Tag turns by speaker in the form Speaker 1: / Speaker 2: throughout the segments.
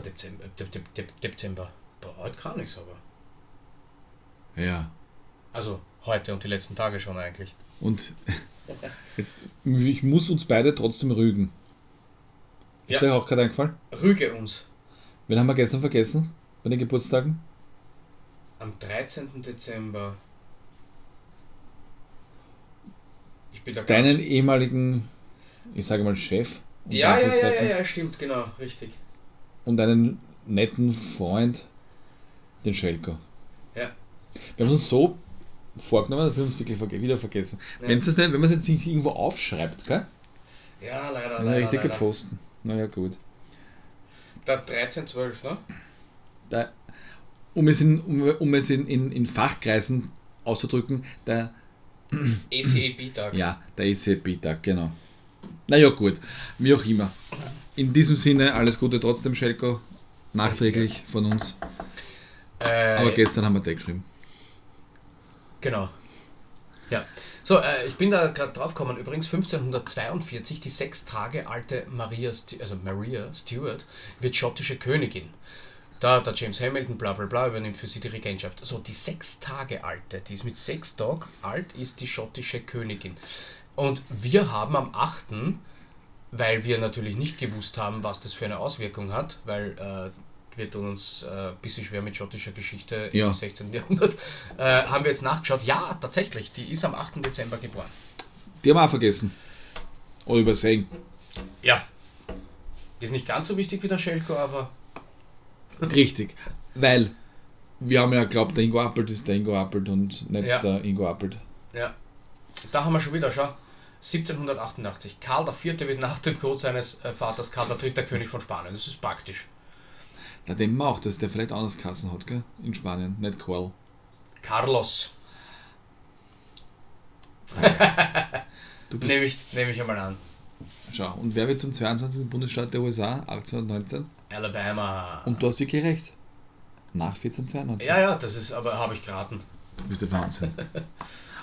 Speaker 1: Dep- Dep- Dep- Dezember. Boah, heute gar nichts, aber.
Speaker 2: Ja.
Speaker 1: Also heute und die letzten Tage schon eigentlich.
Speaker 2: Und jetzt, ich muss uns beide trotzdem rügen. Ist
Speaker 1: Ja.
Speaker 2: dir auch gerade eingefallen?
Speaker 1: Rüge uns.
Speaker 2: Wen haben wir gestern vergessen? Bei den Geburtstagen?
Speaker 1: Am 13. Dezember. Ich bin da
Speaker 2: Deinen
Speaker 1: ganz.
Speaker 2: ehemaligen, ich sage mal Chef. unter
Speaker 1: Ja, ja, ja, ja,
Speaker 2: Anführungszeichen,
Speaker 1: ja, stimmt, genau, richtig.
Speaker 2: Und einen netten Freund, den Schelko.
Speaker 1: Ja.
Speaker 2: Wir haben es uns so vorgenommen, dass wir uns wirklich verge wieder vergessen.
Speaker 1: Ja.
Speaker 2: Wenn's das nicht, wenn man es jetzt nicht irgendwo aufschreibt, gell?
Speaker 1: Ja, leider,
Speaker 2: Dann
Speaker 1: leider.
Speaker 2: richtig
Speaker 1: leider.
Speaker 2: geposten. Naja, gut.
Speaker 1: Der 13, 12, ne?
Speaker 2: Da, um es, in, um, um es in, in, in Fachkreisen auszudrücken, der
Speaker 1: E ECEB-Tag.
Speaker 2: Ja, der ECB-Tag, genau. Naja, gut, wie auch immer. In diesem Sinne, alles Gute trotzdem, Schelko. Nachträglich von uns.
Speaker 1: Äh,
Speaker 2: Aber gestern haben wir Tag geschrieben.
Speaker 1: Genau. Ja. So, äh, ich bin da gerade drauf gekommen. Übrigens 1542, die sechs Tage alte Maria, Stu- also Maria Stuart wird schottische Königin. Da, der James Hamilton, bla bla bla, übernimmt für sie die Regentschaft. So, die sechs Tage alte, die ist mit sechs Tagen alt, ist die schottische Königin. Und wir haben am 8., weil wir natürlich nicht gewusst haben, was das für eine Auswirkung hat, weil äh, wir tun uns äh, ein bisschen schwer mit schottischer Geschichte
Speaker 2: Ja.
Speaker 1: im 16. Jahrhundert, äh, haben wir jetzt nachgeschaut. Ja, tatsächlich, die ist am 8. Dezember geboren.
Speaker 2: Die haben wir auch vergessen. Oder übersehen.
Speaker 1: Ja. Ist nicht ganz so wichtig wie der Schelko, aber
Speaker 2: Richtig. Weil wir haben ja geglaubt, der Ingo Appelt ist der Ingo Appelt und nicht
Speaker 1: Ja.
Speaker 2: der Ingo Appelt.
Speaker 1: Ja. Da haben wir schon wieder, schau. 1788. Karl IV. wird nach dem Tod seines äh, Vaters Karl III. König von Spanien. Das ist praktisch.
Speaker 2: Da denken wir auch, dass der vielleicht anders Kassen hat, gell? In Spanien, nicht Karl.
Speaker 1: Carlos.
Speaker 2: Du bist.
Speaker 1: Nehme ich, nehm ich einmal an.
Speaker 2: Schau, und wer wird zum 22. Bundesstaat der USA 1819?
Speaker 1: Alabama.
Speaker 2: Und du hast wirklich recht. Nach 1492.
Speaker 1: Ja, ja, das ist, aber habe ich geraten.
Speaker 2: Du bist der Wahnsinn.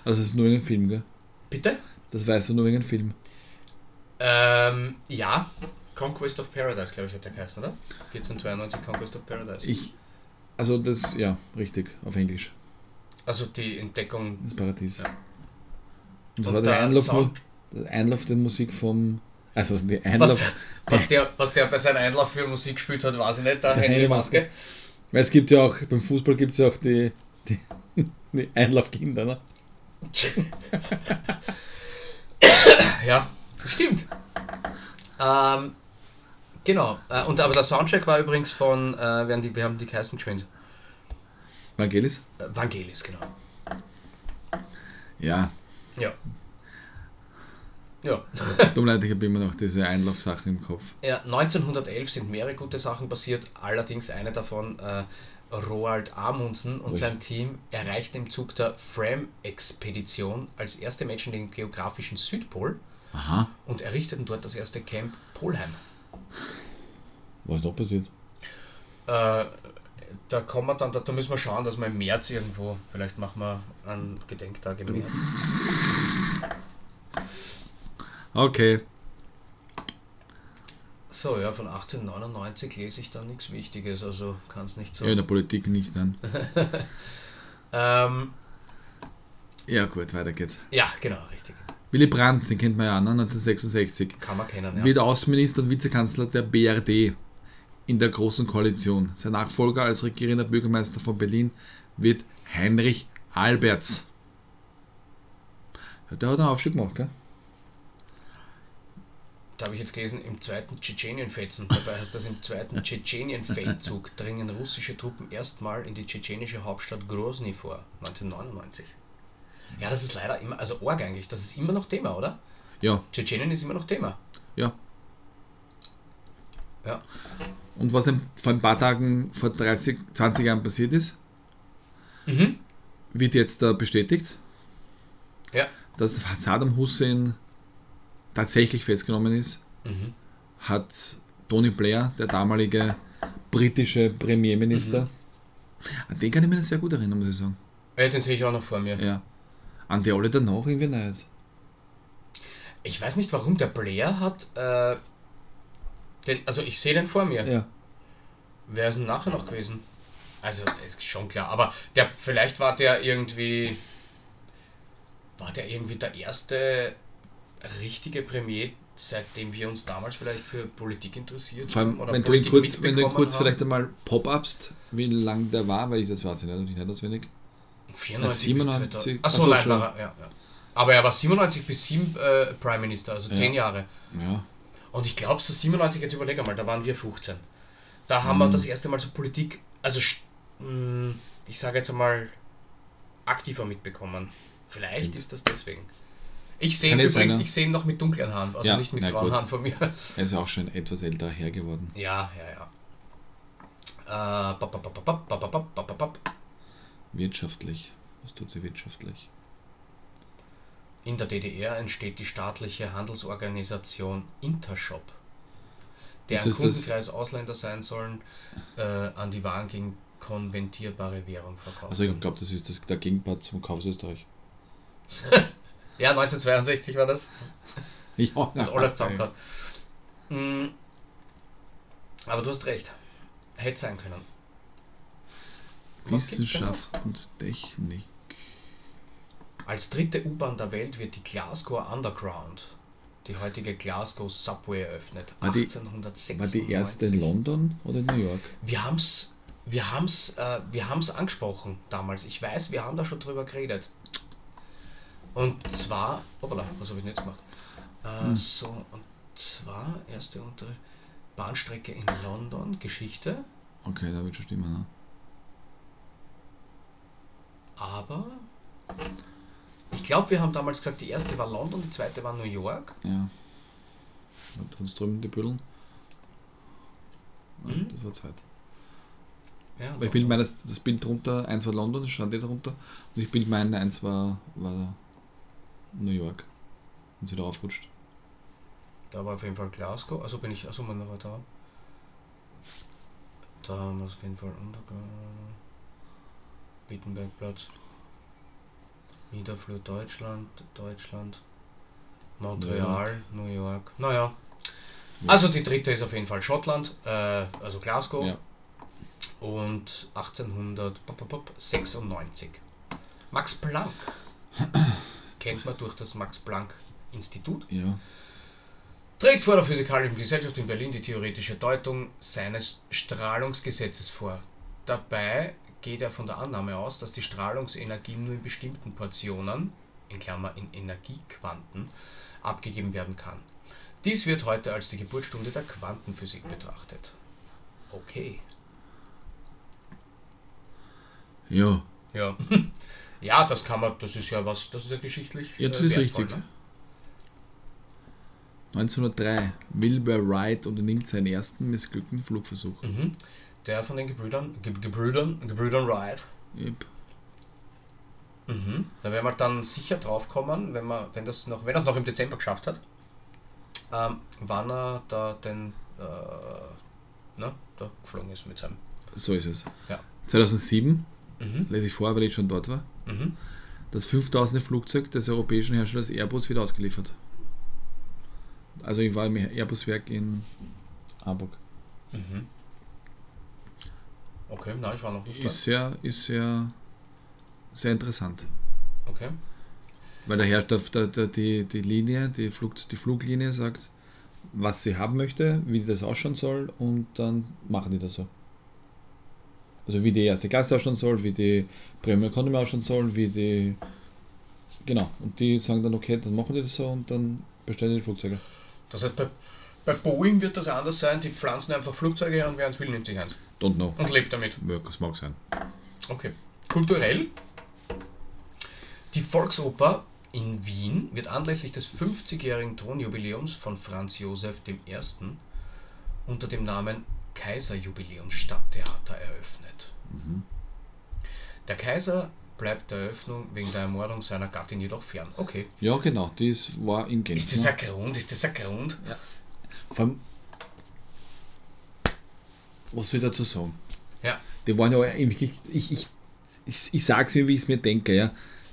Speaker 2: Also es ist nur in einem Film, gell?
Speaker 1: Bitte?
Speaker 2: Das weißt du nur wegen einem Film.
Speaker 1: Ähm, ja. Conquest of Paradise, glaube ich, hat der geheißen, oder? 1492 Conquest of Paradise.
Speaker 2: Ich. Also das, ja, richtig, auf Englisch.
Speaker 1: Also die Entdeckung.
Speaker 2: Das Paradies.
Speaker 1: Ja.
Speaker 2: Und das
Speaker 1: Und
Speaker 2: war der
Speaker 1: der
Speaker 2: Einlauf,
Speaker 1: Sound-
Speaker 2: der Einlauf der Musik vom. Also der
Speaker 1: Was
Speaker 2: Einlauf.
Speaker 1: der, was, der, was der bei seinem Einlauf für Musik gespielt hat, weiß ich nicht. Der Henry
Speaker 2: Henry
Speaker 1: Maske.
Speaker 2: Weil es gibt ja auch, beim Fußball gibt es ja auch die, die, die Einlaufkinder, ne?
Speaker 1: Ja, stimmt. Ähm, genau. Äh, und aber der Soundtrack war übrigens von, äh, wir, haben die, wir haben die geheißen gespielt.
Speaker 2: Vangelis?
Speaker 1: Äh, Vangelis, genau.
Speaker 2: Ja.
Speaker 1: Ja. Ja.
Speaker 2: Tut mir leid, ich habe immer noch diese Einlaufsache im Kopf.
Speaker 1: ja. 1911 sind mehrere gute Sachen passiert, allerdings eine davon, äh, Roald Amundsen und
Speaker 2: Richtig.
Speaker 1: sein Team erreichten im Zug der Fram-Expedition als erste Menschen den geografischen Südpol
Speaker 2: Aha.
Speaker 1: und errichteten dort das erste Camp Polheim.
Speaker 2: Was ist noch passiert?
Speaker 1: Äh, da kommen wir dann, da, da müssen wir schauen, dass wir im März irgendwo, vielleicht machen wir einen Gedenktag im März.
Speaker 2: Okay.
Speaker 1: So, ja, von 1899 lese ich da nichts Wichtiges, also kann es nicht so.
Speaker 2: Ja, genau. in der Politik nicht dann.
Speaker 1: Ähm,
Speaker 2: Ja gut, weiter geht's.
Speaker 1: ja, genau, richtig.
Speaker 2: Willy Brandt, den kennt man ja, ne? 1966.
Speaker 1: Kann man kennen, ja.
Speaker 2: Wird Außenminister und Vizekanzler der BRD in der Großen Koalition. Sein Nachfolger als regierender Bürgermeister von Berlin wird Heinrich Alberts. Ja, der hat einen Aufstieg gemacht, gell?
Speaker 1: Da habe ich jetzt gelesen, im zweiten Tschetschenienfetzen. Dabei heißt das, im zweiten Tschetschenienfeldzug dringen russische Truppen erstmal in die tschetschenische Hauptstadt Grozny vor, 1999. Ja, das ist leider immer, also arg eigentlich, das ist immer noch Thema, oder?
Speaker 2: Ja,
Speaker 1: Tschetschenien ist immer noch Thema.
Speaker 2: ja.
Speaker 1: Ja.
Speaker 2: Und was denn vor ein paar Tagen, vor 30, 20 Jahren passiert ist,
Speaker 1: Mhm.
Speaker 2: wird jetzt äh, bestätigt,
Speaker 1: Ja.
Speaker 2: dass Saddam Hussein tatsächlich festgenommen ist
Speaker 1: Mhm.
Speaker 2: hat Tony Blair, der damalige britische Premierminister,
Speaker 1: Mhm.
Speaker 2: an den kann ich mich noch sehr gut erinnern, muss ich sagen.
Speaker 1: Ja, den sehe ich auch noch vor mir.
Speaker 2: Ja. An die alle danach irgendwie nicht.
Speaker 1: Ich weiß nicht, warum der Blair hat. Äh, den, also ich sehe den vor mir.
Speaker 2: Ja.
Speaker 1: Wer ist denn nachher noch gewesen? Also, ist schon klar, aber der, vielleicht war der irgendwie. War der irgendwie der erste richtige Premier, seitdem wir uns damals vielleicht für Politik interessiert
Speaker 2: Vor allem,
Speaker 1: haben? Oder
Speaker 2: wenn du ihn
Speaker 1: Politik
Speaker 2: kurz, wenn du ihn
Speaker 1: mitbekommen
Speaker 2: kurz
Speaker 1: haben?
Speaker 2: vielleicht einmal pop-upst, wie lang der war, weil ich das weiß ich nicht, natürlich nicht auswendig.
Speaker 1: 94 bis
Speaker 2: 97.
Speaker 1: 2000. Achso,
Speaker 2: Ach so,
Speaker 1: nein,
Speaker 2: schon.
Speaker 1: war er, ja, ja. Aber er war 97 bis 7 äh, Prime Minister, also 10 Jahre.
Speaker 2: Ja.
Speaker 1: Und ich glaube, so 97, jetzt überleg mal, da waren wir 15. Da haben wir das erste Mal so Politik, also sch- mh, ich sage jetzt einmal, aktiver mitbekommen. Vielleicht ist das deswegen. Ich sehe ihn
Speaker 2: Kann eh
Speaker 1: übrigens,
Speaker 2: sein, ja.
Speaker 1: ich sehe ihn noch mit dunklen Haaren, also
Speaker 2: Ja,
Speaker 1: nicht mit
Speaker 2: na
Speaker 1: grauen
Speaker 2: gut.
Speaker 1: Haaren von mir.
Speaker 2: Er ist ja auch schon etwas älter her geworden.
Speaker 1: Ja, ja, ja. Äh, bap, bap, bap, bap, bap, bap, bap, bap, bap.
Speaker 2: Wirtschaftlich. Was tut sie wirtschaftlich?
Speaker 1: In der DDR entsteht die staatliche Handelsorganisation Intershop, deren
Speaker 2: das das-
Speaker 1: Kundenkreis Ausländer sein sollen, äh, an die Waren gegen konventierbare Währung verkaufen.
Speaker 2: Also ich glaube, das ist das, der Gegenpart zum Kaufhaus Österreich.
Speaker 1: Ja, 1962 war das.
Speaker 2: Ja,
Speaker 1: Das Also alles zusammengehauen. Mm, Aber du hast recht. Hätte sein können. Was gibt's denn noch?
Speaker 2: Wissenschaft und Technik.
Speaker 1: Als dritte U-Bahn der Welt wird die Glasgow Underground, die heutige Glasgow Subway, eröffnet.
Speaker 2: War die- War
Speaker 1: 1896.
Speaker 2: die erste in London oder in New York?
Speaker 1: Wir haben es wir haben's, äh, wir haben's angesprochen damals. Ich weiß, wir haben da schon drüber geredet. Und zwar, hoppala, was habe ich denn jetzt gemacht? Äh,
Speaker 2: Hm.
Speaker 1: So, und zwar, erste Unter Bahnstrecke in London, Geschichte,
Speaker 2: Okay, da wird schon stimmen. Ne?
Speaker 1: aber ich glaube, wir haben damals gesagt, die erste war London, die zweite war New York.
Speaker 2: Ja. Hat uns drüben die Büdeln. Nein, Das war Zeit.
Speaker 1: Ja,
Speaker 2: Aber ich bin meine, das Bild drunter, eins war London, das stand eh drunter. Und ich bin meine, eins war, war New York. Und wieder aufrutscht.
Speaker 1: Da war auf jeden Fall Glasgow. Also bin ich, also man war da. Da haben wir es auf jeden Fall Untergrund. Wittenbergplatz. Niederflur Deutschland, Deutschland. Montreal, New York. Naja. Also die dritte ist auf jeden Fall Schottland, äh, also Glasgow.
Speaker 2: Ja.
Speaker 1: Und 1896. Max Planck. Kennt man durch das Max Planck Institut
Speaker 2: Ja.
Speaker 1: trägt vor der Physikalischen Gesellschaft in Berlin die theoretische Deutung seines Strahlungsgesetzes vor. Dabei geht er von der Annahme aus, dass die Strahlungsenergie nur in bestimmten Portionen, in Klammer in Energiequanten, abgegeben werden kann. Dies wird heute als die Geburtsstunde der Quantenphysik betrachtet. Okay.
Speaker 2: Ja.
Speaker 1: Ja. Ja, das kann man, das ist ja was, das ist ja geschichtlich.
Speaker 2: Ja, das
Speaker 1: äh,
Speaker 2: ist
Speaker 1: wertvoll,
Speaker 2: richtig.
Speaker 1: ne?
Speaker 2: 1903. Wilbur Wright unternimmt seinen ersten missglückten Flugversuch.
Speaker 1: Mhm. Der von den Gebrüdern, Ge Gebrüdern, Gebrüdern Wright,
Speaker 2: Yep.
Speaker 1: Mhm. Da werden wir dann sicher drauf kommen, wenn, man, wenn, das, noch, wenn das noch im Dezember geschafft hat, ähm, wann er da den, äh, ne, da geflogen ist mit seinem.
Speaker 2: So ist es.
Speaker 1: Ja.
Speaker 2: 2007,
Speaker 1: Mhm.
Speaker 2: lese ich vor, weil ich schon dort war,
Speaker 1: Mhm.
Speaker 2: das 5000. Flugzeug des europäischen Herstellers Airbus wird ausgeliefert. Also ich war im Airbus-Werk in Hamburg.
Speaker 1: Mhm. Okay, nein, ich war noch nicht
Speaker 2: Ist sehr, ist sehr, sehr interessant.
Speaker 1: da. Okay.
Speaker 2: Weil der Hersteller, der, der, die, die Linie, die, Flug, die Fluglinie sagt, was sie haben möchte, wie das ausschauen soll und dann machen die das so. Also wie die erste Klasse ausschauen soll, wie die Premium Economy ausschauen soll, wie die... Genau, und die sagen dann, okay, dann machen die das so und dann bestellen die die Flugzeuge.
Speaker 1: Das heißt, bei, bei Boeing wird das anders sein, die pflanzen einfach Flugzeuge her und wer eins will, nimmt sich eins
Speaker 2: Don't know.
Speaker 1: und lebt damit.
Speaker 2: Ja, Das mag sein.
Speaker 1: Okay. Kulturell. Die Volksoper in Wien wird anlässlich des 50-jährigen Thronjubiläums von Franz Josef I. unter dem Namen Kaiserjubiläumsstadttheater eröffnet.
Speaker 2: Mhm.
Speaker 1: Der Kaiser bleibt der Eröffnung wegen der Ermordung seiner Gattin jedoch fern. Okay.
Speaker 2: Ja, genau, das war in Genf.
Speaker 1: Ist das
Speaker 2: ne?
Speaker 1: ein Grund? Ist das ein Grund?
Speaker 2: Vor allem, was soll ich dazu sagen?
Speaker 1: Ja.
Speaker 2: Die waren ja in Wirklichkeit, ich, ich, ich, ich sag's mir, wie ich es mir denke, ja.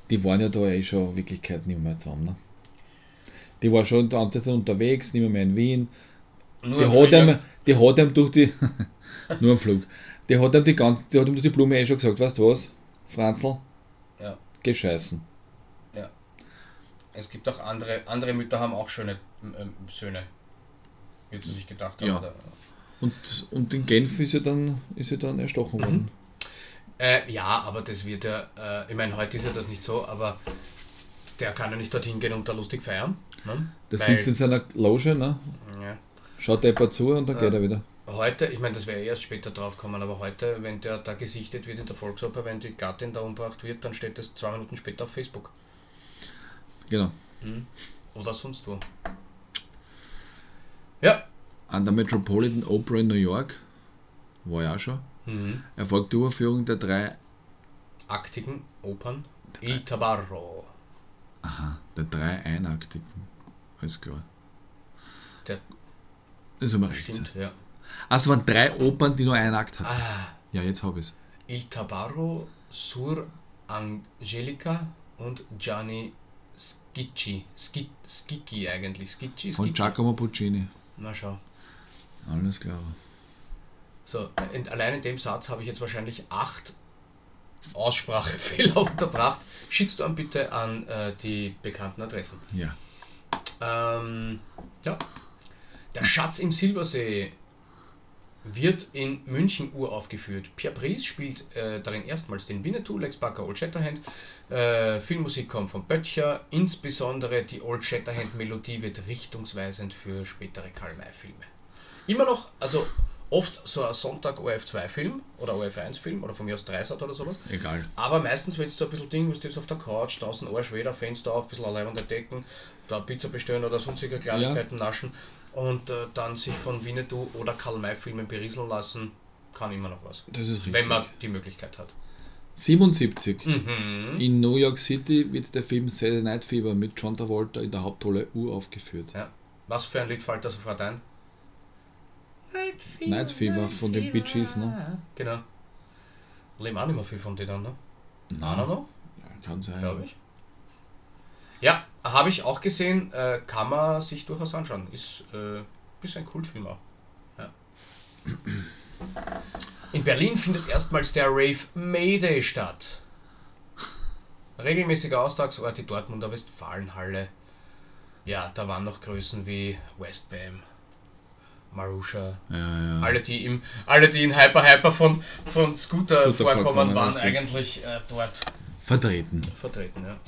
Speaker 2: Die waren ja da eh schon in Wirklichkeit nicht mehr zusammen. Ne? Die war schon die ganze Zeit unterwegs, nicht mehr in Wien.
Speaker 1: Nur
Speaker 2: Die
Speaker 1: ein
Speaker 2: hat,
Speaker 1: Flieger-
Speaker 2: ihm, die hat ihm durch die Nur am Flug. Der hat ihm die, ganze, der hat ihm durch die Blume eh schon gesagt, weißt du was, Franzl,
Speaker 1: Ja,
Speaker 2: geh scheißen.
Speaker 1: ja. Es gibt auch andere, andere Mütter haben auch schöne ähm, Söhne. Wie sie sich gedacht haben.
Speaker 2: Ja.
Speaker 1: Oder,
Speaker 2: Und, und in Genf ist er dann, ist er dann erstochen worden.
Speaker 1: Äh, ja, aber das wird ja, äh, ich meine, heute ist ja das nicht so, aber der kann ja nicht dorthin gehen und da lustig feiern. Ne?
Speaker 2: Der
Speaker 1: Weil-
Speaker 2: sitzt in seiner Loge, ne?
Speaker 1: ja.
Speaker 2: schaut deppert zu und dann geht er wieder.
Speaker 1: Heute, ich meine, das wäre erst später drauf kommen, aber heute, wenn der da gesichtet wird in der Volksoper, wenn die Gattin da umgebracht wird, dann steht das zwei Minuten später auf Facebook.
Speaker 2: Genau.
Speaker 1: Oder sonst wo. Ja.
Speaker 2: An der Metropolitan Opera in New York, war ja auch schon,
Speaker 1: Mhm.
Speaker 2: erfolgt die Urführung der drei,
Speaker 1: Aktigen Opern. Il Tabarro.
Speaker 2: aha, der drei Einaktigen. Alles klar.
Speaker 1: Der
Speaker 2: Das ist aber recht.
Speaker 1: stimmt, ja.
Speaker 2: Also waren drei Opern, die nur einen Akt hatten.
Speaker 1: Ah,
Speaker 2: Ja, jetzt habe ich es.
Speaker 1: Il Tabarro, Sur Angelica und Gianni Schicchi. Schi- Schicchi eigentlich. Schicchi,
Speaker 2: Von
Speaker 1: Schicchi.
Speaker 2: Giacomo Puccini.
Speaker 1: Na schau.
Speaker 2: Alles klar.
Speaker 1: So, und allein in dem Satz habe ich jetzt wahrscheinlich acht Aussprachefehler unterbracht. Shitstorm bitte an äh, die bekannten Adressen.
Speaker 2: Ja.
Speaker 1: Ähm, ja. Der Schatz im Silbersee wird in München uraufgeführt. Pierre Brice spielt äh, darin erstmals den Winnetou, Lex Barker, Old Shatterhand. Äh, Filmmusik kommt von Böttcher. Insbesondere die Old Shatterhand-Melodie wird richtungsweisend für spätere Karl-May-Filme. Immer noch, also oft so ein Sonntag-OF2-Film oder OF1-Film oder von mir aus Dreisat oder sowas.
Speaker 2: Egal.
Speaker 1: Aber meistens, wenn du so ein bisschen Ding, bist du auf der Couch, draußen Arsch weder, Fenster auf, ein bisschen allein an der Decken, da Pizza bestellen oder sonstige Kleinigkeiten naschen und äh, dann sich von Winnetou oder Karl-May-Filmen berieseln lassen, kann immer noch was.
Speaker 2: Das ist richtig.
Speaker 1: Wenn man die Möglichkeit hat.
Speaker 2: 77.
Speaker 1: Mhm.
Speaker 2: In New York City wird der Film Saturday Night Fever mit John Travolta in der Hauptrolle uraufgeführt.
Speaker 1: Ja. Was für ein Lied fällt da sofort ein? Night Fever,
Speaker 2: Night Fever von den Bee Gees, ne?
Speaker 1: Genau. Leben auch nicht mehr viel von denen, ne?
Speaker 2: Nein,
Speaker 1: Auch noch?
Speaker 2: kann sein.
Speaker 1: glaube ich. Ja, habe ich auch gesehen, äh, kann man sich durchaus anschauen. Ist, äh, ist ein Kultfilm auch. Ja. In Berlin findet erstmals der Rave Mayday statt. Regelmäßiger Austragsort die Dortmunder Westfalenhalle. Ja, da waren noch Größen wie Westbam, Marusha,
Speaker 2: Ja, ja.
Speaker 1: alle die, im, alle, die in Hyper Hyper von, von Scooter,
Speaker 2: Scooter
Speaker 1: vorkommen,
Speaker 2: vorkommen,
Speaker 1: waren
Speaker 2: richtig.
Speaker 1: eigentlich äh, dort
Speaker 2: Vertreten.
Speaker 1: vertreten. Ja.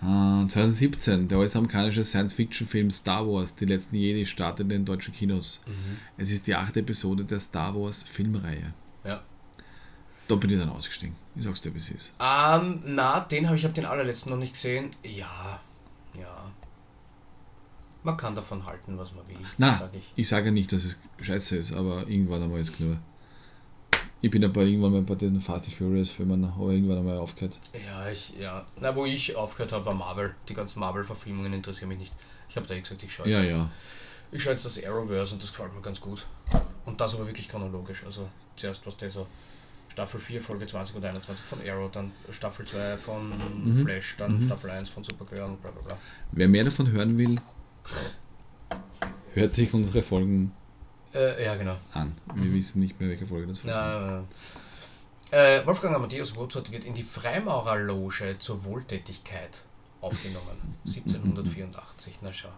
Speaker 2: Ah, 2017. Der US-amerikanische Science-Fiction-Film Star Wars, Die letzten Jedi, startet in den deutschen Kinos.
Speaker 1: Mhm.
Speaker 2: Es ist die achte Episode der Star Wars-Filmreihe.
Speaker 1: Ja.
Speaker 2: Da bin ich dann ausgestiegen. Ich sag's dir, wie es ist.
Speaker 1: Ähm, na, den habe ich, habe den allerletzten noch nicht gesehen. Ja, ja. Man kann davon halten, was man will,
Speaker 2: Na,
Speaker 1: sag ich.
Speaker 2: ich sage ja nicht, dass es scheiße ist, aber irgendwann einmal ist genug. Ich bin aber irgendwann mal bei diesen Fast and Furious Filmen, aber irgendwann einmal aufgehört.
Speaker 1: Ja, ich, ja. Na, wo ich aufgehört habe, war Marvel. Die ganzen Marvel-Verfilmungen interessieren mich nicht. Ich habe da eh gesagt, ich schaue
Speaker 2: Ja,
Speaker 1: jetzt,
Speaker 2: ja.
Speaker 1: ich schaue jetzt das Arrowverse und das gefällt mir ganz gut. Und das aber wirklich chronologisch. Also zuerst was der so Staffel 4, Folge 20 und 21 von Arrow, dann Staffel 2 von
Speaker 2: Mhm.
Speaker 1: Flash, dann Staffel 1 von Supergirl und bla bla bla.
Speaker 2: Wer mehr davon hören will, hört sich unsere Folgen
Speaker 1: Äh, ja, genau.
Speaker 2: an. Wir wissen nicht mehr, welche Folge das war.
Speaker 1: Na, äh, Wolfgang Amadeus Mozart wird in die Freimaurerloge zur Wohltätigkeit aufgenommen. 1784, na schau.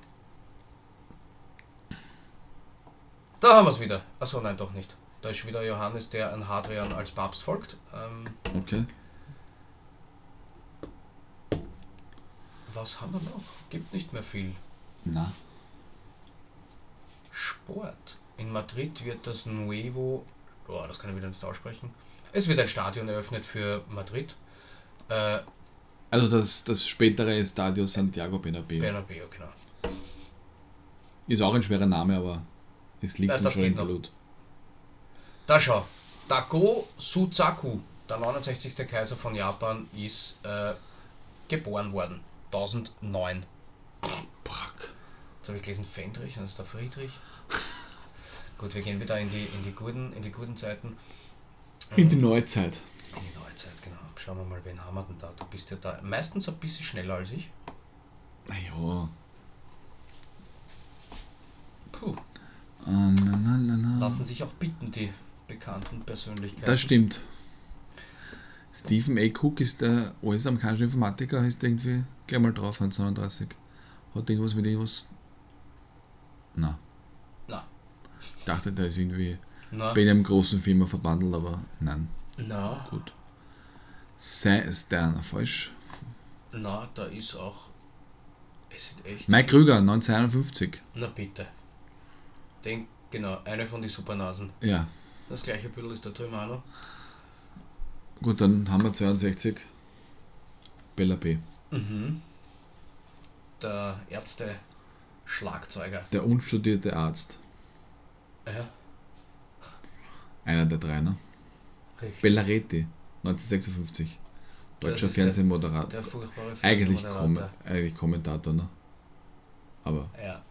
Speaker 1: Da haben wir es wieder. Achso, nein, doch nicht. Da ist wieder Johannes, der an Hadrian als Papst folgt. Ähm,
Speaker 2: Okay.
Speaker 1: was haben wir noch? Gibt nicht mehr viel.
Speaker 2: Na.
Speaker 1: Sport. In Madrid wird das Nuevo, oh, das kann ich wieder nicht aussprechen. Es wird ein Stadion eröffnet für Madrid. Äh,
Speaker 2: Also das, das spätere Stadio Santiago Bernabeu.
Speaker 1: Bernabeu, genau.
Speaker 2: Ist auch ein schwerer Name, aber es liegt
Speaker 1: Ja,
Speaker 2: uns
Speaker 1: das
Speaker 2: schon
Speaker 1: geht
Speaker 2: im
Speaker 1: noch.
Speaker 2: Blut.
Speaker 1: Da schau, Dago Suzaku, der 69. Kaiser von Japan, ist äh, geboren worden. 1009.
Speaker 2: Brack.
Speaker 1: Jetzt habe ich gelesen Fendrich, dann ist der Friedrich. Gut, wir gehen wieder in die, in die, guten, in die guten Zeiten.
Speaker 2: In die Neuzeit.
Speaker 1: In die Neuzeit, genau. Schauen wir mal, wen haben wir denn da? Du bist ja da meistens ein bisschen schneller als ich.
Speaker 2: Naja.
Speaker 1: Puh.
Speaker 2: Ah, na, na, na, na.
Speaker 1: Lassen sich auch bitten, die bekannten Persönlichkeiten.
Speaker 2: Das stimmt. Stephen A. Cook ist äh, der US-amerikanische Informatiker, ist irgendwie gleich mal drauf, 1939. Hat irgendwas mit irgendwas. Na,
Speaker 1: Na,
Speaker 2: dachte, der ist irgendwie
Speaker 1: na,
Speaker 2: bei einem großen Firma verbandelt, aber nein,
Speaker 1: na,
Speaker 2: gut. Sei es der, na, falsch.
Speaker 1: na, da ist auch. Es sind echt.
Speaker 2: Mike Krüger, 1951.
Speaker 1: Na bitte. Denk, genau, eine von den Supernasen.
Speaker 2: Ja,
Speaker 1: Das gleiche Büdel ist der Trimano.
Speaker 2: gut, dann haben wir 62. Bella B.
Speaker 1: Mhm. Der Ärzte-Schlagzeuger.
Speaker 2: Der unstudierte Arzt.
Speaker 1: Ah Ja,
Speaker 2: Einer der drei, ne?
Speaker 1: richtig.
Speaker 2: Bellaretti, 1956.
Speaker 1: Das
Speaker 2: Deutscher
Speaker 1: ist der-
Speaker 2: Fernsehmoderator.
Speaker 1: Der furchtbare
Speaker 2: Eigentlich, Kom
Speaker 1: Fernsehmoderator.
Speaker 2: eigentlich Kommentator, ne? Aber
Speaker 1: Ja.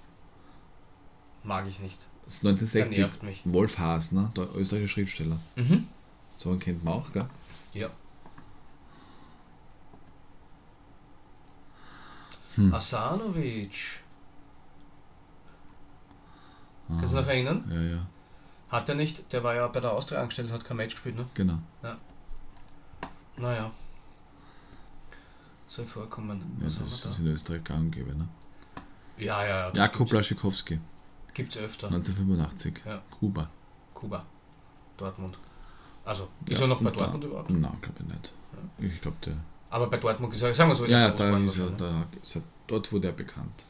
Speaker 1: Mag ich nicht.
Speaker 2: es ist
Speaker 1: Der
Speaker 2: 1960.
Speaker 1: nervt mich.
Speaker 2: Wolf Haas, ne? Der österreichische Schriftsteller.
Speaker 1: Mhm.
Speaker 2: So einen kennt man auch, gell?
Speaker 1: Ja.
Speaker 2: Hm.
Speaker 1: Asanovic.
Speaker 2: Ah,
Speaker 1: Kannst du dich noch erinnern?
Speaker 2: ja, ja,
Speaker 1: Hat er nicht, der war ja bei der Austria angestellt, hat kein Match gespielt, ne?
Speaker 2: genau.
Speaker 1: Naja. Soll vorkommen.
Speaker 2: Ja,
Speaker 1: Was
Speaker 2: das ist
Speaker 1: haben
Speaker 2: in Österreich gang und gäbe, ne?
Speaker 1: wir da? Ja, ja, ja. das
Speaker 2: Jakub
Speaker 1: gibt's,
Speaker 2: Blaschikowski,
Speaker 1: gibt's öfter.
Speaker 2: 1985.
Speaker 1: Ja.
Speaker 2: Kuba.
Speaker 1: Kuba. Dortmund. Also,
Speaker 2: Ja,
Speaker 1: ist er noch bei
Speaker 2: und da-
Speaker 1: Dortmund überhaupt?
Speaker 2: Nein, glaube ich nicht. Ich glaube, der.
Speaker 1: Aber bei Dortmund ist er, sagen wir so, ist
Speaker 2: Ja, ja,
Speaker 1: groß
Speaker 2: da
Speaker 1: geworden
Speaker 2: ist er,
Speaker 1: wahrscheinlich.
Speaker 2: da ist er, dort wurde er bekannt.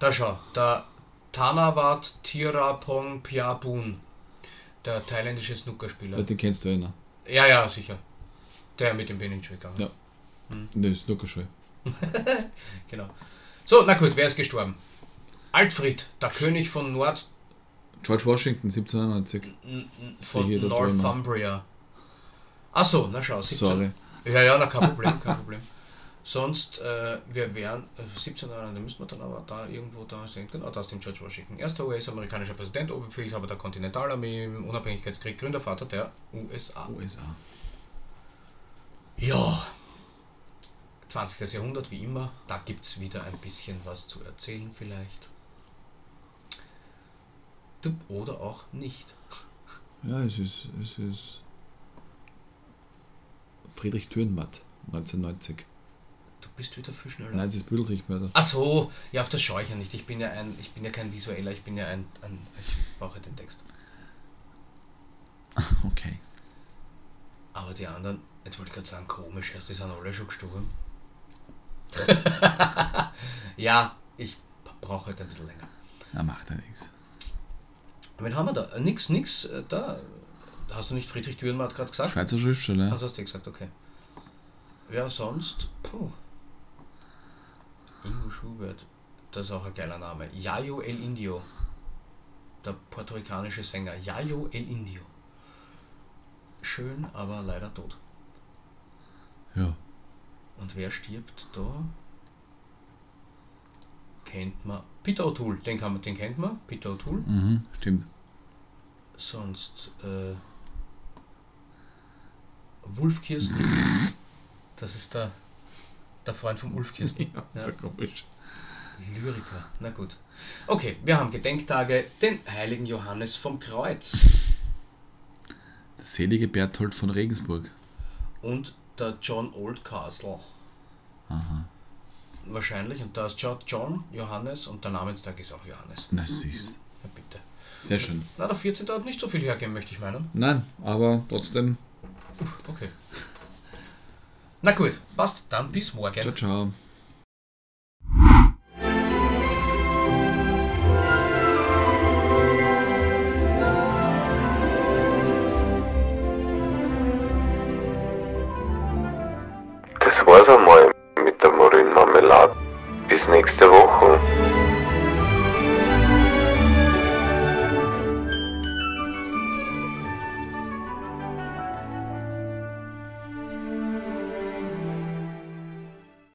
Speaker 1: Da schau, der Tanawat Tirapong Piabun, der thailändische
Speaker 2: Ja.
Speaker 1: Snookerspieler.
Speaker 2: Den kennst du ja, ne?
Speaker 1: Ja, ja, sicher. Der mit dem Beninch gegangen.
Speaker 2: Ja. Der ist nur schön.
Speaker 1: Genau. So, na gut, wer ist gestorben? Altfried, der König von Nord
Speaker 2: George Washington, 1790.
Speaker 1: von
Speaker 2: Hier, der Träumer.
Speaker 1: Northumbria. Achso, na schau, 17.
Speaker 2: Sorry.
Speaker 1: Ja, ja, na, kein Problem, kein Problem. Sonst, äh, wir wären äh, 17 Jahre, da müssen wir dann aber da irgendwo da sehen. Genau, da ist dem George Washington. Erster US-amerikanischer Präsident, Oberbefehlshaber der Kontinentalarmee im Unabhängigkeitskrieg, Gründervater der USA.
Speaker 2: USA.
Speaker 1: Ja, 20. Jahrhundert wie immer, da gibt es wieder ein bisschen was zu erzählen vielleicht. Du- Oder auch nicht.
Speaker 2: Ja, es ist, es ist Friedrich Thürnmatt, 1990.
Speaker 1: Du bist wieder viel schneller.
Speaker 2: Nein, es ist Büdelrichtmörder.
Speaker 1: Ach so, ja, auf das schaue ich ja nicht. Ich bin ja ein, ich bin ja kein Visueller, ich bin ja ein, ein ich brauche den Text.
Speaker 2: Okay.
Speaker 1: Aber die anderen, jetzt wollte ich gerade sagen, komisch, erst die sind alle schon gestorben. ja, ich brauche heute ein bisschen länger.
Speaker 2: Na, macht ja nichts.
Speaker 1: Wen haben wir da? Äh, Nix, nix, äh, da. Hast du nicht Friedrich Dürrenmatt gerade gesagt?
Speaker 2: Schweizer Schriftsteller.
Speaker 1: Also hast du gesagt, okay. Wer sonst? Puh. Ingo Schubert. Das ist auch ein geiler Name. Yayo El Indio. Der puerto-ricanische Sänger. Yayo El Indio. Schön, aber leider tot.
Speaker 2: ja.
Speaker 1: Und wer stirbt da? Kennt man. Peter O'Toole, den, kann man, den kennt man. Peter O'Toole.
Speaker 2: Mhm, stimmt.
Speaker 1: Sonst äh, Wolf Kirsten. Das ist der, der Freund von Ulf Kirsten.
Speaker 2: Ja, so komisch.
Speaker 1: Lyriker. Na gut. Okay, wir haben Gedenktage, den heiligen Johannes vom Kreuz
Speaker 2: Der selige Berthold von Regensburg.
Speaker 1: und der John Oldcastle.
Speaker 2: Aha.
Speaker 1: Wahrscheinlich, und da ist Jo- John, Johannes und der Namenstag ist auch Johannes.
Speaker 2: Na süß.
Speaker 1: Ja, bitte.
Speaker 2: Sehr schön.
Speaker 1: Na, der 14. hat nicht so viel hergeben, möchte ich meinen.
Speaker 2: Nein, aber trotzdem.
Speaker 1: Okay. Na gut, passt. Dann bis morgen.
Speaker 2: Ciao, ciao.
Speaker 3: Das war's einmal mit der Marin Marmelade. Bis nächste Woche.